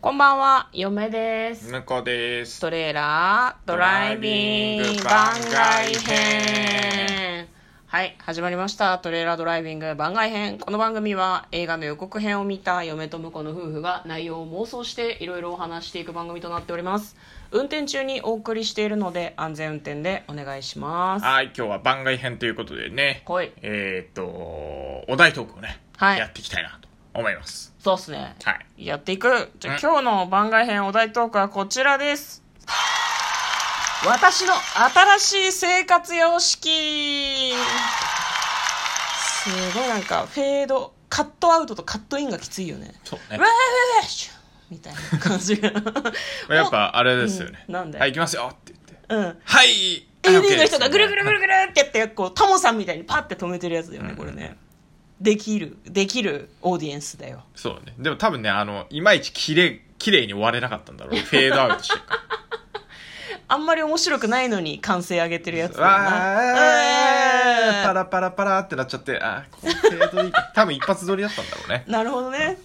こんばんは、嫁です。向こうです。トレーラードライビング番外編。はい、始まりました。トレーラードライビング番外編。この番組は映画の予告編を見た嫁と婿の夫婦が内容を妄想していろいろお話していく番組となっております。運転中にお送りしているので安全運転でお願いします。はい、今日は番外編ということでね、来い。えーっと、お題トークをね、はいやっていきたいなと思います。そうっすね。はい。やっていく。じゃあうん今日の番外編お題トークはこちらです。私の新しい生活様式すごいなんかフェード、カットアウトとカットインがきついよね。そうウェねー。シュみたいな感じが。 やっぱあれですよね。うんなんではい、行きますよって言って。もう。うん。はい AD の人がぐるぐるぐるるぐるってやって、こう、タモさんみたいにパッて止めてるやつだよね、これね。できる、できるオーディエンスだよ。そうね。でも多分ね、あの、いまいちきれい、きれいに終われなかったん だろう。フェードアウトしてるかあんまり面白くないのに歓声上げてるやつだら。よわーパな。ラパラパラってなっちゃって、あー、このフェ ードでいいか。多分一発撮りだったんだろうね。なるほどね。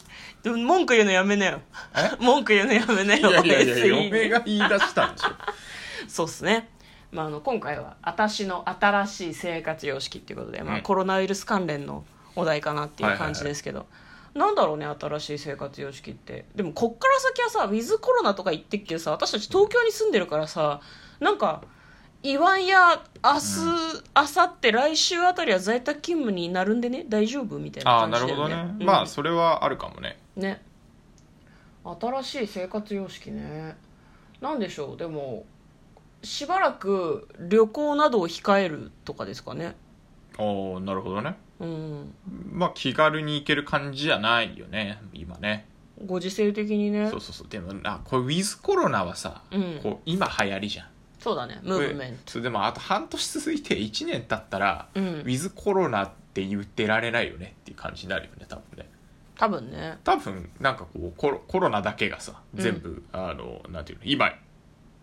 でも文句言うのやめなよえ。文句言うのやめないよ。やいやいや、 SE に嫁が言い出したんでしょ。 そうっすね。まあ、あの今回は私の新しい生活様式っていうことで、まうあ、んコロナウイルス関連のお題かなっていう感じですけど、なんだろうね新しい生活様式ってでもこっから先はさウィズコロナとか言ってっけどさ私たち東京に住んでるからさなんか言わんや明日明後日来週あたりは在宅勤務になるんでね大丈夫みたいああなー、な感じるだほよどねね。うんまあ、それはあるかもね。ね新しい生活様式ねなんでしょうでもしばらく旅行などを控えるとかですかねおおなるほどねうんまあ気軽に行ける感じじゃないよね今ねご時世的にねそうそうそうでもあこれウィズコロナはさ、うんこう今流行りじゃんそうだねムーブメンこれそうでもあと半年続いて1年経ったら、トうウんィズコロナって言ってられないよねっていう感じになるよね多分ね多分ね多分なんかこうコロコロナだけがさ全部、あのなんていうの今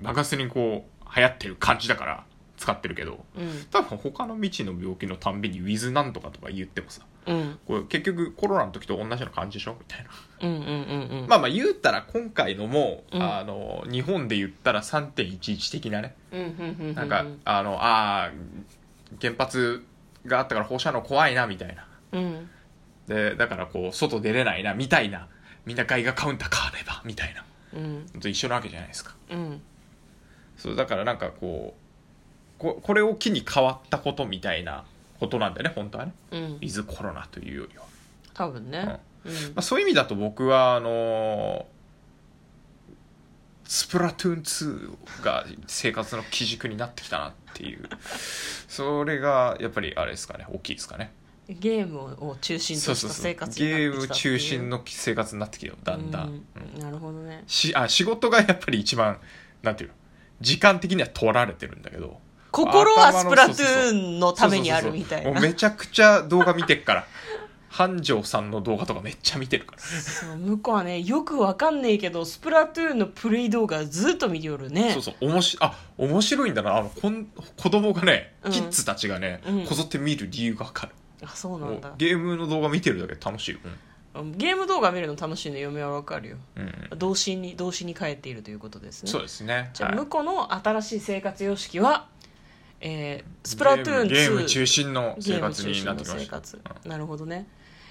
爆発的にこう流行ってる感じだから使ってるけどうん多分他の未知の病気のたんびにウィズなんとかとか言ってもさうんこれ結局コロナの時と同じような感じでしょみたいな。 うんうんうんうんまあまあ言ったら今回のも、うんあの、日本で言ったら3.11的なね、うんうんうんうんなんか、あの、ああ、原発があったから放射能怖いな、みたいな。うんで、だからこう、外出れないな、みたいな。みんな外貨カウンター買わねば、みたいな。うんのと一緒なわけじゃないですか。うんそう、だからなんかこう、ここれを機に変わったことみたいなことなんだよね、本当はね。うんウィズコロナというよりは。多分ねうんまあ、そういう意味だと僕はあのースプラトゥーン2が生活の基軸になってきたなっていうそれがやっぱりあれですかね大きいですかねゲームを中心そとうしそうたそう生活になってゲきたっていうーム中心の生活になってきたよだんだん、うんなるほどねしあ仕事がやっぱり一番なんていうの時間的には取られてるんだけど心はスプラトゥーンのためにあそるうそみうそうそたういなもうめちゃくちゃ動画見てっから 繁盛さんの動画とかめっちゃ見てるからそう向こうはねよくわかんねえけどスプラトゥーンのプレイ動画ずっと見ておるねそうそう、おもし、あ、面白いんだな。あの、こん、子供がね、うんキッズたちがね、うんこぞって見る理由がわかる。あそうなんだもうゲームの動画見てるだけで楽しいよ。ゲーム動画見るの楽しいの嫁はわかるようん。うん童心に童心に帰っているということですねそうですね。じゃあはい向こうの新しい生活様式は、えースプラトゥーン2ゲームゲーム中心の生活になってきました。ゲーム中心の生活なるほどね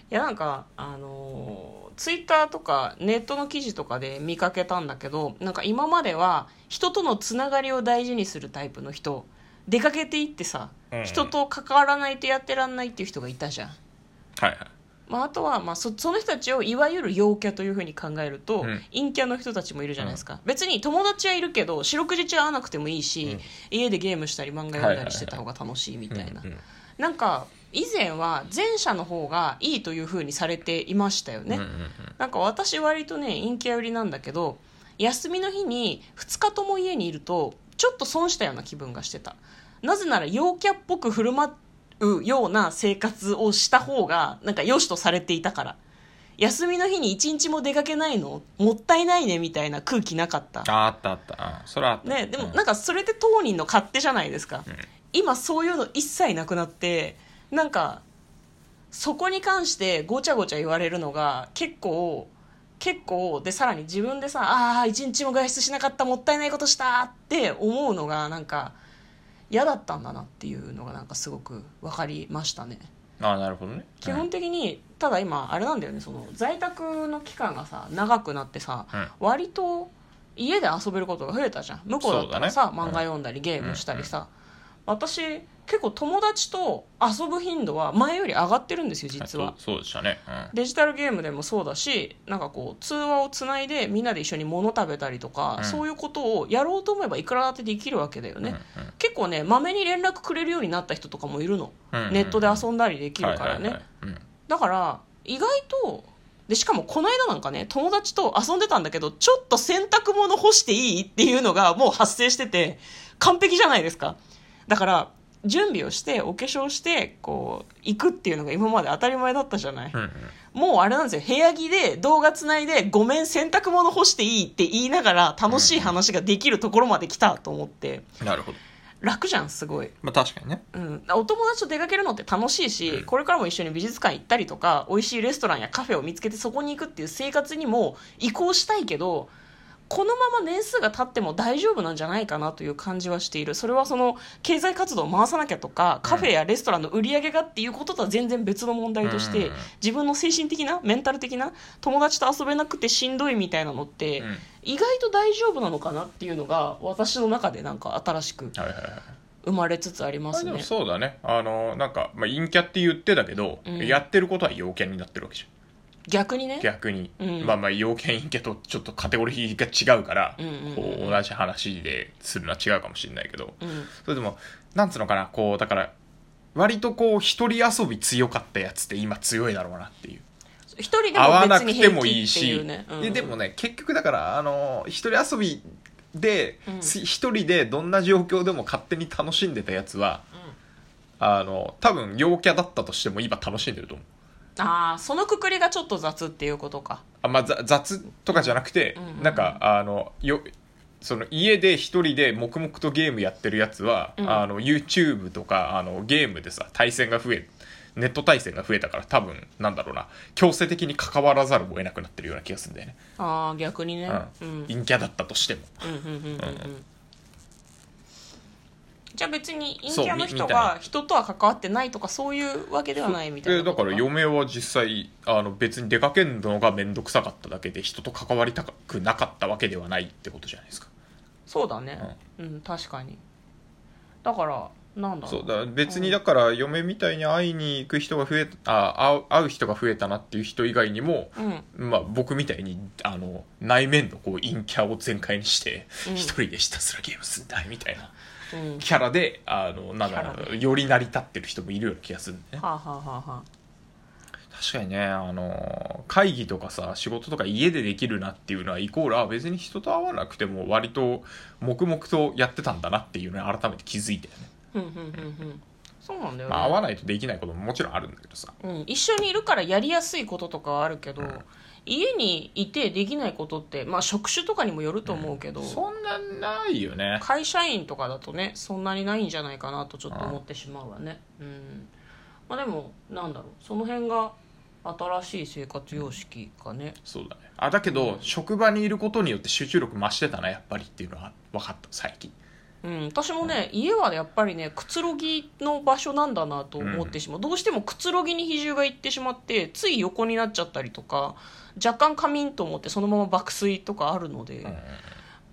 いやなんかあのツイッター Twitter とかネットの記事とかで見かけたんだけどなんか今までは人とのつながりを大事にするタイプの人出かけていってさ、うん人と関わらないとやってらんないっていう人がいたじゃん、はいはい。まあ、あとは、まあ、そその人たちをいわゆる陽キャというふうに考えると、うん陰キャの人たちもいるじゃないですか、別に友達はいるけど四六時中会わなくてもいいし、うん家でゲームしたり漫画読んだりしてた方が楽しいみたいなうんうんなんか以前は前者の方がいいというふうにされていましたよね、うんうんうんなんか私割とね陰キャ寄りなんだけど休みの日に2日とも家にいるとちょっと損したような気分がしてたなぜなら陽キャっぽく振る舞うような生活をした方がなんか良しとされていたから休みの日に一日も出かけないのもったいないねみたいな空気なかったああったあった。あそれはあった。ね、でもうんなんかそれって当人の勝手じゃないですか、ん今そういうの一切なくなってなんかそこに関してごちゃごちゃ言われるのが結構結構でさらに自分でさああ一日も外出しなかったもったいないことしたって思うのがなんか嫌だったんだなっていうのがなんかすごく分かりましたねああなるほどね基本的にただ今あれなんだよねその在宅の期間がさ長くなってさ、割と家で遊べることが増えたじゃん向こうだったらさ、そうだね漫画読んだりゲームしたりさ、私結構友達と遊ぶ頻度は前より上がってるんですようん実はあそうそうでしたねデジタルゲームでもそうだしなんかこう通話をつないでみんなで一緒に物食べたりとか、うんそういうことをやろうと思えばいくらだってできるわけだようんね、結構ねまめに連絡くれるようになった人とかもいるの、うんうんネットで遊んだりできるからね、はいはいはいうんだから意外とでしかもこの間なんかね友達と遊んでたんだけどちょっと洗濯物干していいっていうのがもう発生してて完璧じゃないですかだから準備をしてお化粧してこう行くっていうのが今まで当たり前だったじゃない、うんうんもうあれなんですよ部屋着で動画つないでごめん洗濯物干していいって言いながら楽しい話ができるところまで来たと思ってなるほど楽じゃんすごいまあ確かにねうん、お友達と出かけるのって楽しいし、うんこれからも一緒に美術館行ったりとか美味しいレストランやカフェを見つけてそこに行くっていう生活にも移行したいけどこのまま年数が経っても大丈夫なんじゃないかなという感じはしているそれはその経済活動を回さなきゃとかカフェやレストランの売り上げがっていうこととは全然別の問題として、うん自分の精神的なメンタル的な友達と遊べなくてしんどいみたいなのって、うんはい意外と大丈夫なのかなっていうのが私の中でなんか新しくはいはい生まれつつありまあすでもね。そうだねあのなんか、まあ、陰キャって言ってたけど、うんやってることは陽キャになってるわけじ逆にねゃん逆に、うんまあまあ陽キャ陰キャとちょっとカテゴリーが違うから、うんうんうんこう同じ話でするのは違うかもしれないけどうんそれでもなんつうのかなこうだから割とこう一人遊び強かったやつって今強いだろうなっていう一人で合わもな別くにて平も気いいっていしうね、うんででもね結局だからあの一人遊びでうんす一、人でどんな状況でも勝手に楽しんでたやつはあの多分陽キャだったとしても今楽しんでると思うああそのくくりがちょっと雑っていうことかあ、まあ、ざ雑とかじゃなくて、うんうんうんなんかあのよその家で一人で黙々とゲームやってるやつは、うんあの YouTube とかあのゲームでさ対戦が増えネット対戦が増えたから多分なんだろうな強制的に関わらざるを得なくなってるような気がするんだよね、ああ逆にねううんんうん陰キャだったとしてもうんうんうんうんじゃあ別に陰そうキャのみ人みたいなが人とは関わってないとかそういうわけではないみたいなえだからよ嫁は実際あの別に出かけるのが面倒くさかっただけで人と関わりたくなかったわけではないってことじゃないですかそうだねうん、確かにだからなんだろそううだ別うにんだから嫁みたいに会いに行く人が増えたあ会う会う人が増えたなっていう人以外にも、うんまあ、僕みたいにあの内面のこう陰キャを全開にしてうん一人でひたすらゲームすんだいみたいなうんキャラであのなんだキャろラうより成り立ってる人もいるような気がするんだよねはあ、はあはあはあ確かにねあの会議とかさ仕事とか家でできるなっていうのはイコールあ別に人と会わなくても割と黙々とやってたんだなっていうのに改めて気づいて、ねうんうんうんうんそうなんだよね、まあ、会わないとできないことももちろんあるんだけどさうん、一緒にいるからやりやすいこととかはあるけど、ん家にいてできないことって、まあ、職種とかにもよると思うけど、そんなないよね会社員とかだとねそんなにないんじゃないかなとちょっと思ってしまうわね、うんまあ、でもなんだろうその辺が新しい生活様式かね、そうだねあだけど、職場にいることによって集中力増してたなやっぱりっていうのは分かった最近うん、私もね家はやっぱりねくつろぎの場所なんだなと思ってしまう、どうしてもくつろぎに比重がいってしまってつい横になっちゃったりとか若干仮眠と思ってそのまま爆睡とかあるので、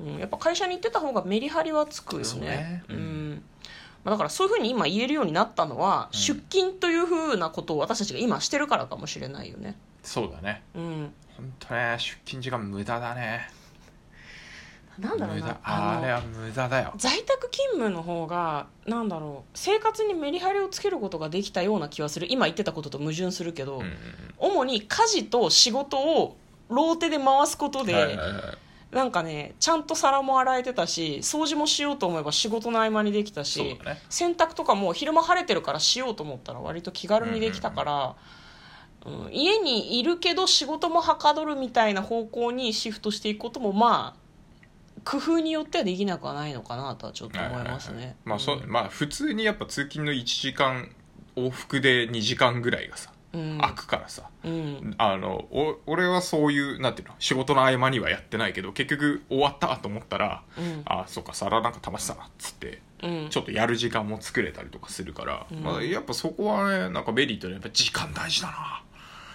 うん、やっぱ会社に行ってた方がメリハリはつくよねそうねううんんまあ、だからそういうふうに今言えるようになったのは、うん出勤というふうなことを私たちが今してるからかもしれないよね、そうだねうん、本当ね出勤時間無駄だねなんだろう無な駄ああのれは無駄だよ在宅勤務の方がなんだろう生活にメリハリをつけることができたような気はする今言ってたことと矛盾するけど、うんうん主に家事と仕事をローテで回すことうんで、はいはいはいなんかねちゃんと皿も洗えてたし掃除もしようと思えば仕事の合間にできたし、そうだね洗濯とかも昼間晴れてるからしようと思ったら割と気軽にできたから、うん家にいるけど仕事もはかどるみたいな方向にシフトしていくこともまあ工夫によってはできなくはないのかなとはちょっと思いますはいはいはいね。まあそううんまあ普通にやっぱ通勤の1時間往復で2時間ぐらいがさうん開くからさ、うんあのお俺はそういうなんていうの仕事の合間にはやってないけど結局終わったと思ったら、うんあそうか皿なんか溜ましてたなっつってうんちょっとやる時間も作れたりとかするから、まあ、やっぱそこはねなんかメリットでやっぱ時間大事だな、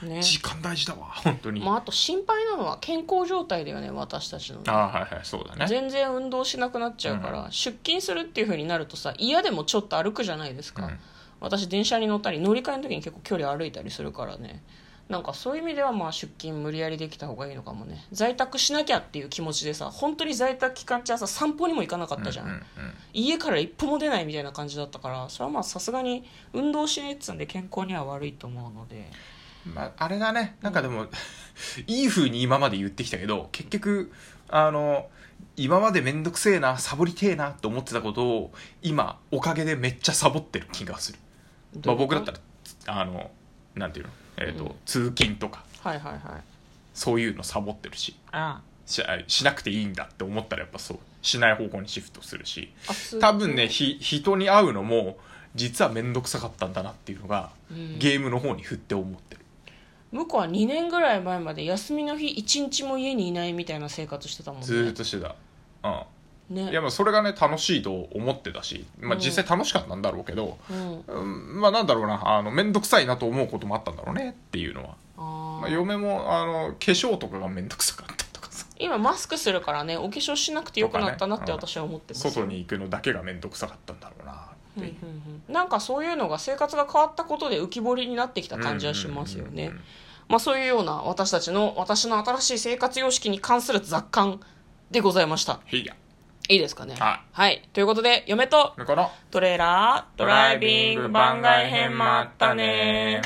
ね時間大事だわ本当に、まあ、あと心配なのは健康状態だよね私たちのああはいはいそうだね全然運動しなくなっちゃうから、出勤するっていうふうになるとさ嫌でもちょっと歩くじゃないですか、うん私電車に乗ったり乗り換えの時に結構距離歩いたりするからねなんかそういう意味ではまあ出勤無理やりできた方がいいのかもね在宅しなきゃっていう気持ちでさ本当に在宅期間中はさ散歩にも行かなかったじゃん、うんうんうん家から一歩も出ないみたいな感じだったからそれはまあさすがに運動しねえっつうんで健康には悪いと思うのでまあ、あれだねなんかでも、いい風に今まで言ってきたけど結局あの今まで面倒くせえなサボりてえなと思ってたことを今おかげでめっちゃサボってる気がする、まあ、僕だったららつあのなんていうの、えーとうん通勤とかはいはいはいそういうのサボってるしあししなくていいんだって思ったらやっぱそうしない方向にシフトするしああ多分ねひ人に会うのも実は面倒くさかったんだなっていうのが、うんゲームの方に振って思ってる向こうは2年ぐらい前まで休みの日1日も家にいないみたいな生活してたもんねずーっとしてたうんねいやまあそれがね楽しいと思ってたし、まあ、うん実際楽しかったんだろうけど、うん、うんまあなんだろうなあの面倒くさいなと思うこともあったんだろうねっていうのは、あまあ、ー嫁もあの化粧とかが面倒くさかったとかさ今マスクするからねお化粧しなくてよくなったなってとかねうん私は思ってます、外に行くのだけが面倒くさかったんだろうなうっんうてんいううんなんかそういうのが生活が変わったことで浮き彫りになってきた感じはしますようねんうんうんまあそういうような私たちの私の新しい生活様式に関する雑感でございましたへいやいいですかね、はいということで嫁とだからトレーラードドライビング番外編もあったね